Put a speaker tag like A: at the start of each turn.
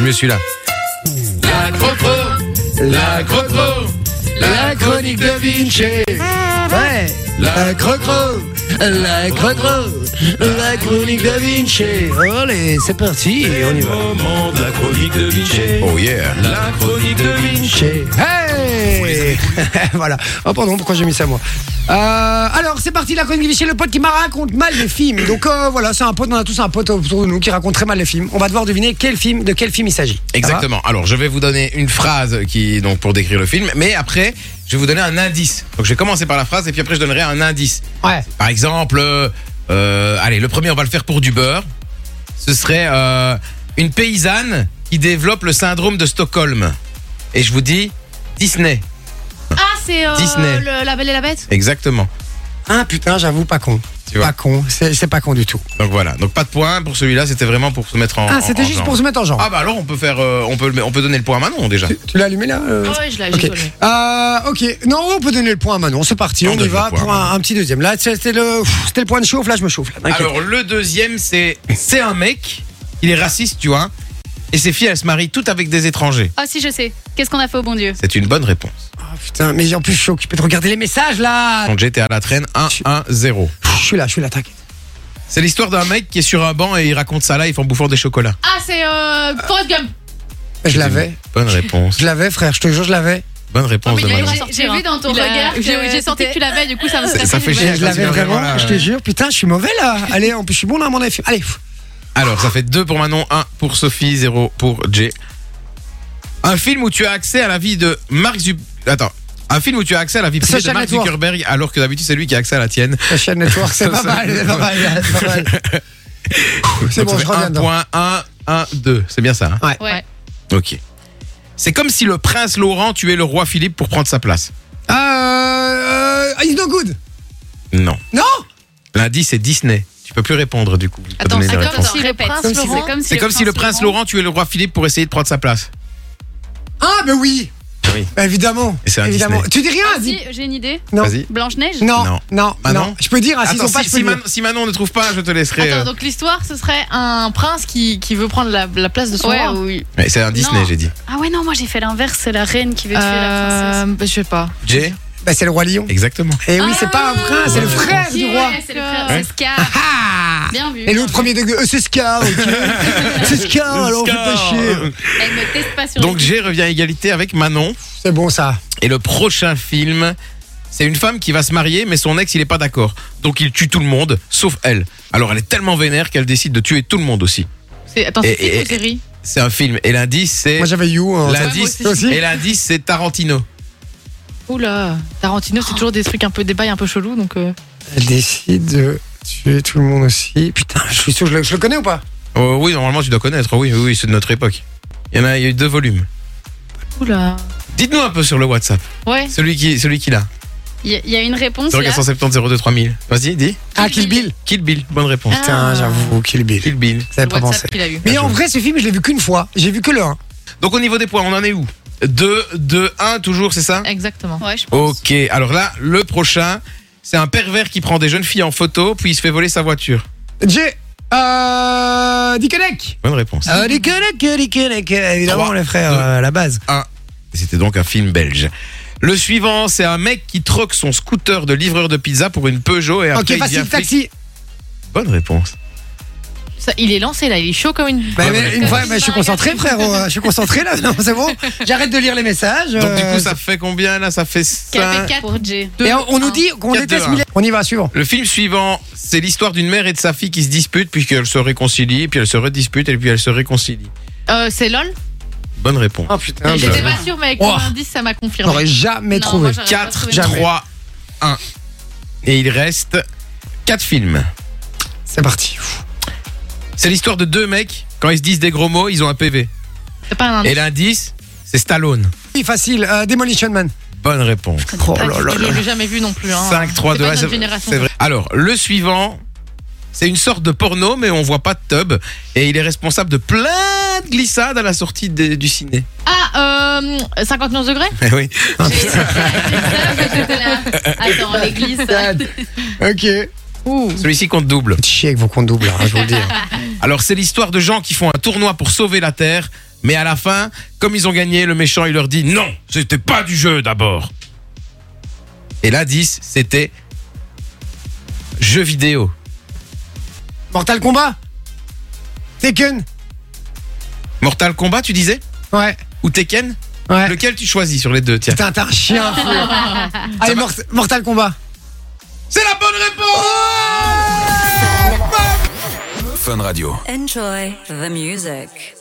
A: mieux celui-là.
B: La crocro, la crocro, la chronique de Vinci.
C: Ouais.
B: La crocro, la crocro, la chronique de Vinci.
C: Allez, c'est parti, et on y va.
B: Moment de la chronique de Vinci.
A: Oh yeah.
B: La chronique de Vinci.
C: Hey Voilà. Oh pardon, pourquoi j'ai mis ça moi Euh, Alors c'est parti, la chronique Vichy, le pote qui m'a raconte mal les films. Donc euh, voilà, c'est un pote, on a tous un pote autour de nous qui raconte très mal les films. On va devoir deviner quel film, de quel film il s'agit. Ça va
A: Exactement. Alors, je vais vous donner une phrase qui donc pour décrire le film, mais après, je vais vous donner un indice. Donc, je vais commencer par la phrase et puis après, je donnerai un indice.
C: Ouais.
A: Par exemple, euh, euh, allez, le premier, on va le faire pour du beurre. Ce serait euh, une paysanne qui développe le syndrome de Stockholm. Et je vous dis Disney.
D: Ah, c'est euh,
A: Disney.
D: le- La Belle et la Bête
A: Exactement.
C: Ah putain, j'avoue, pas con.
A: Tu vois.
C: Pas con, c'est c'est pas con du tout.
A: Donc voilà. Donc pas de point pour celui-là. C'était vraiment pour se mettre en.
C: Ah,
A: en-
C: c'était
A: en
C: juste
A: genre.
C: pour se mettre en genre.
A: Ah bah alors on peut faire, euh, on peut, le- on peut donner le point à Manon déjà.
C: Tu l'as allumé là euh
D: Ah ouais, je l'ai,
C: Ok.
D: j'ai donné.
C: Euh, ok, non, on peut donner le point à Manon, c'est parti,
A: On
C: on, y
A: donne
C: va
A: le point à
C: pour un, un petit deuxième. Là, c'était le, pff, c'était le point de chauffe, là je me chauffe. là, t'inquiète.
A: Alors le deuxième c'est, c'est un mec. Il est raciste, tu vois. Et ses filles, elles se marient toutes avec des étrangers.
D: Ah, si, je sais. Qu'est-ce qu'on a fait au bon Dieu
A: C'est une bonne réponse.
C: Ah, putain, mais en plus je suis occupé de regarder les messages là.
A: Donc j'étais à la traîne 1-1-0.
C: Pff, Je suis là, je suis là, t'inquiète.
A: C'est l'histoire d'un mec qui est sur un banc et il raconte sa life en bouffant des chocolats.
D: Ah, c'est euh, Forrest Gump.
C: Je l'avais,
A: Bonne réponse.
C: je l'avais frère, je te jure, je l'avais.
A: Bonne réponse de
D: J'ai-
A: Manon.
D: j'ai- J'ai vu dans ton regard. que
E: hein. j'ai- j'ai senti
D: c'était-
E: que tu l'avais, du coup ça me
A: Ça- ça fait
C: Je,
A: chier.
C: je l'avais
A: Vas-y,
C: vraiment,
A: voilà,
C: je te
A: ouais.
C: jure, putain, je suis mauvais là. Allez, en plus, je suis bon là, mon avis. Allez, pff.
A: Alors, ça fait 2 pour Manon, 1 pour Sophie, 0 pour Jay. Un film où tu as accès à la vie de Mark Zuc... Attends. Un film où tu as accès à la vie privée de
C: Social
A: Mark
C: Network.
A: Zuckerberg, alors que d'habitude c'est lui qui a accès à la tienne.
C: Social Network, c'est pas
A: Ça,
C: mal,
A: ça-
C: c'est pas mal, c'est pas mal. C'est
A: Donc,
C: bon,
A: ça
C: je
A: fait
C: reviens
A: 1
C: dedans.
A: point, 1, 1, 2. C'est bien ça, hein
D: Ouais.
A: Ok. C'est comme si le prince Laurent tuait le roi Philippe pour prendre sa place.
C: Euh, euh, It's no good.
A: Non.
C: Non
A: L'indice c'est Disney. Tu peux plus répondre du coup. Tu peux
E: Attends,
A: donner
E: c'est
A: des
E: comme
A: réponses.
E: si le
D: Répète.
E: prince
C: Comme si
E: Laurent-
C: c'est-
A: C'est comme si le prince Laurent tuait le roi Philippe pour essayer de prendre sa place.
C: Ah, mais oui.
A: Oui.
C: Bah, évidemment.
A: Et c'est un
C: évidemment.
A: Disney.
C: Tu dis rien,
D: Ah,
C: dis.
D: si, j'ai une idée.
C: Non.
A: Vas-y.
D: Blanche-Neige
A: Non.
C: Non, non, non,
A: Manon
C: Je peux dire, hein, s'ils
A: Attends,
C: ont pas,
A: si,
C: je peux
A: si
C: dire.
A: Manon, si Manon ne trouve pas, je te laisserai.
E: Attends,
A: euh,
E: donc l'histoire ce serait un prince qui, qui veut prendre la, la place de son
D: Ouais,
E: roi
D: oui.
A: Mais c'est un Disney,
D: Non.
A: j'ai dit.
D: Ah ouais, non, moi j'ai fait l'inverse, c'est la reine qui veut tuer la
E: Euh,
D: princesse.
E: bah, Je sais pas.
A: Jay
C: Bah, c'est le roi lion.
A: Exactement.
C: Et oui, c'est pas un prince, c'est le
A: Ouais.
C: frère du roi.
D: Ouais, c'est le frère, c'est Scar.
C: Ah
D: Bien vu.
C: Et l'autre premier degré, euh, c'est Scar, ok. c'est Scar, Ah, alors on fait pas chier.
D: Elle me teste pas sur
A: Donc
D: les-
A: Jay revient à égalité avec Manon.
C: C'est bon ça.
A: Et le prochain film, c'est une femme qui va se marier, mais son ex, il est pas d'accord. Donc il tue tout le monde, sauf elle. Alors elle est tellement vénère qu'elle décide de tuer tout le monde aussi.
E: C'est- Attends,
A: Et-
E: c'est film
A: et-
E: ou série
A: C'est un film. Et l'indice, c'est.
C: Moi j'avais You. hein.
A: L'indice,
C: Toi aussi
A: et l'indice, c'est Tarantino.
E: Oula, Tarantino c'est toujours des trucs un peu des bails un peu chelous donc. euh,
C: Elle décide de tuer tout le monde aussi. Putain, je suis sûr, je le, je le connais ou pas
A: Oh, oui, normalement, tu dois connaître. Oui, oui, oui, c'est de notre époque. Il y en a, il y a eu deux volumes.
E: Oula.
A: Dites-nous un peu sur le WhatsApp.
E: Ouais.
A: Celui qui, celui qui l'a.
D: Il y, a- il y a une réponse. là.
A: 470 02 3000. Vas-y, dis.
C: Ah, Kill Bill.
A: Kill Bill. Bonne réponse.
E: Ah.
C: Putain, j'avoue, Kill Bill.
A: Kill Bill.
C: J'avais pas
E: WhatsApp
C: pensé.
E: qu'il a eu.
C: Mais en vrai, ce film, je l'ai vu qu'une fois. J'ai vu que le 1.
A: Donc au niveau des points, on en est où 2, 2, 1, toujours, c'est ça
E: Exactement.
D: Ouais, je pense.
A: Ok, alors là, le prochain, c'est un pervers qui prend des jeunes filles en photo, puis il se fait voler sa voiture.
C: J'ai. Euh. Dickeneck.
A: Bonne réponse.
C: Euh, Dickeneck, Dickeneck. Évidemment,
A: Trois,
C: les frères,
A: deux.
C: euh, à la base.
A: C'était donc un film belge. Le suivant, c'est un mec qui troque son scooter de livreur de pizza pour une Peugeot et après
C: ok,
A: il
C: facile,
A: devient flic.
C: taxi.
A: Bonne réponse.
E: Ça, il est lancé là, il est chaud comme une.
C: Bah,
A: Ouais,
C: mais
A: ouais,
C: une
A: ouais.
C: fois, mais je suis concentré, frère. euh, Je suis concentré là. Non, c'est bon. J'arrête de lire les messages.
A: Donc du
C: euh,
A: coup, ça fait combien là Ça fait
D: Café
A: 5.
D: 4 pour J.
C: Et on, on nous dit qu'on
A: Quatre,
C: déteste
A: deux, un.
C: Millet. On y va, suivant.
A: Le film suivant, c'est l'histoire d'une mère et de sa fille qui se disputent, puis qu'elles se réconcilient, puis elles se redisputent, et puis elles se réconcilient.
E: Euh, c'est LOL
A: Bonne réponse.
C: Oh putain,
E: J'étais
A: bah.
E: pas sûre, mais avec
C: Ouah.
E: l'indice ça m'a confirmé.
C: j'aurais jamais
D: Non,
C: trouvé.
D: moi, j'aurais pas
A: 4,
D: trouvé.
C: jamais.
A: 3, 1. Et il reste 4 films.
C: C'est parti.
A: C'est l'histoire de deux mecs, quand ils se disent des gros mots, ils ont un PV.
E: C'est pas un indice.
A: Et l'indice, c'est Stallone.
C: Oui, facile. euh, Demolition Man.
A: Bonne réponse.
C: Oh là
E: Ah,
C: là
E: je
C: là.
E: l'ai jamais vu non plus. Hein.
A: 5, 3,
E: C'est
A: 2,
E: pas
A: 1.
E: notre génération.
A: C'est vrai. Alors, le suivant, c'est une sorte de porno, mais on voit pas de tub. Et il est responsable de plein de glissades à la sortie des- du ciné.
E: Ah, euh, 59 degrés
A: Eh oui.
D: Attends, l'église. ça.
C: Ok.
E: Ouh.
A: Celui-ci compte double.
C: Chier avec vos comptes doubles, hein, je vous le dis.
A: Alors, c'est l'histoire de gens qui font un tournoi pour sauver la Terre, Mais à la fin, comme ils ont gagné, le méchant, il leur dit non, c'était pas du jeu d'abord. Et l'indice, c'était jeu vidéo.
C: Mortal Kombat Tekken
A: Mortal Kombat, tu disais
C: Ouais.
A: Ou Tekken
C: Ouais.
A: Lequel tu choisis sur les deux Tiens.
C: Putain, t'es un chien, fou.
A: va.
C: Allez, Mort- Mortal Kombat.
A: C'est la bonne réponse
F: Enjoy the music.